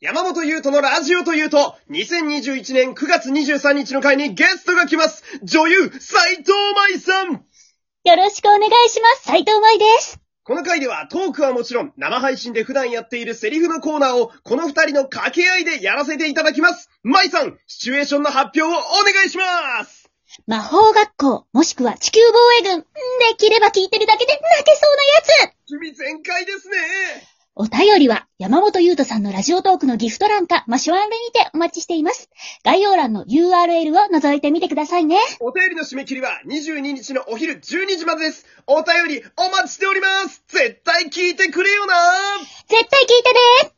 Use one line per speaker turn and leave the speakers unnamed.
山本優斗のラジオというと、2021年9月23日の回にゲストが来ます女優、斉藤舞さん
よろしくお願いします。斉藤舞です。
この回ではトークはもちろん、生配信で普段やっているセリフのコーナーを、この二人の掛け合いでやらせていただきます舞さん、シチュエーションの発表をお願いします
魔法学校、もしくは地球防衛軍。んできれば聞いてるだけで泣けそうなやつ
君全開ですね
お便りは、山本優斗さんのラジオトークのギフト欄か、マシュアンレにてお待ちしています。概要欄の URL を覗いてみてくださいね。
お便りの締め切りは22日のお昼12時までですお便りお待ちしております絶対聞いてくれよな
絶対聞いてね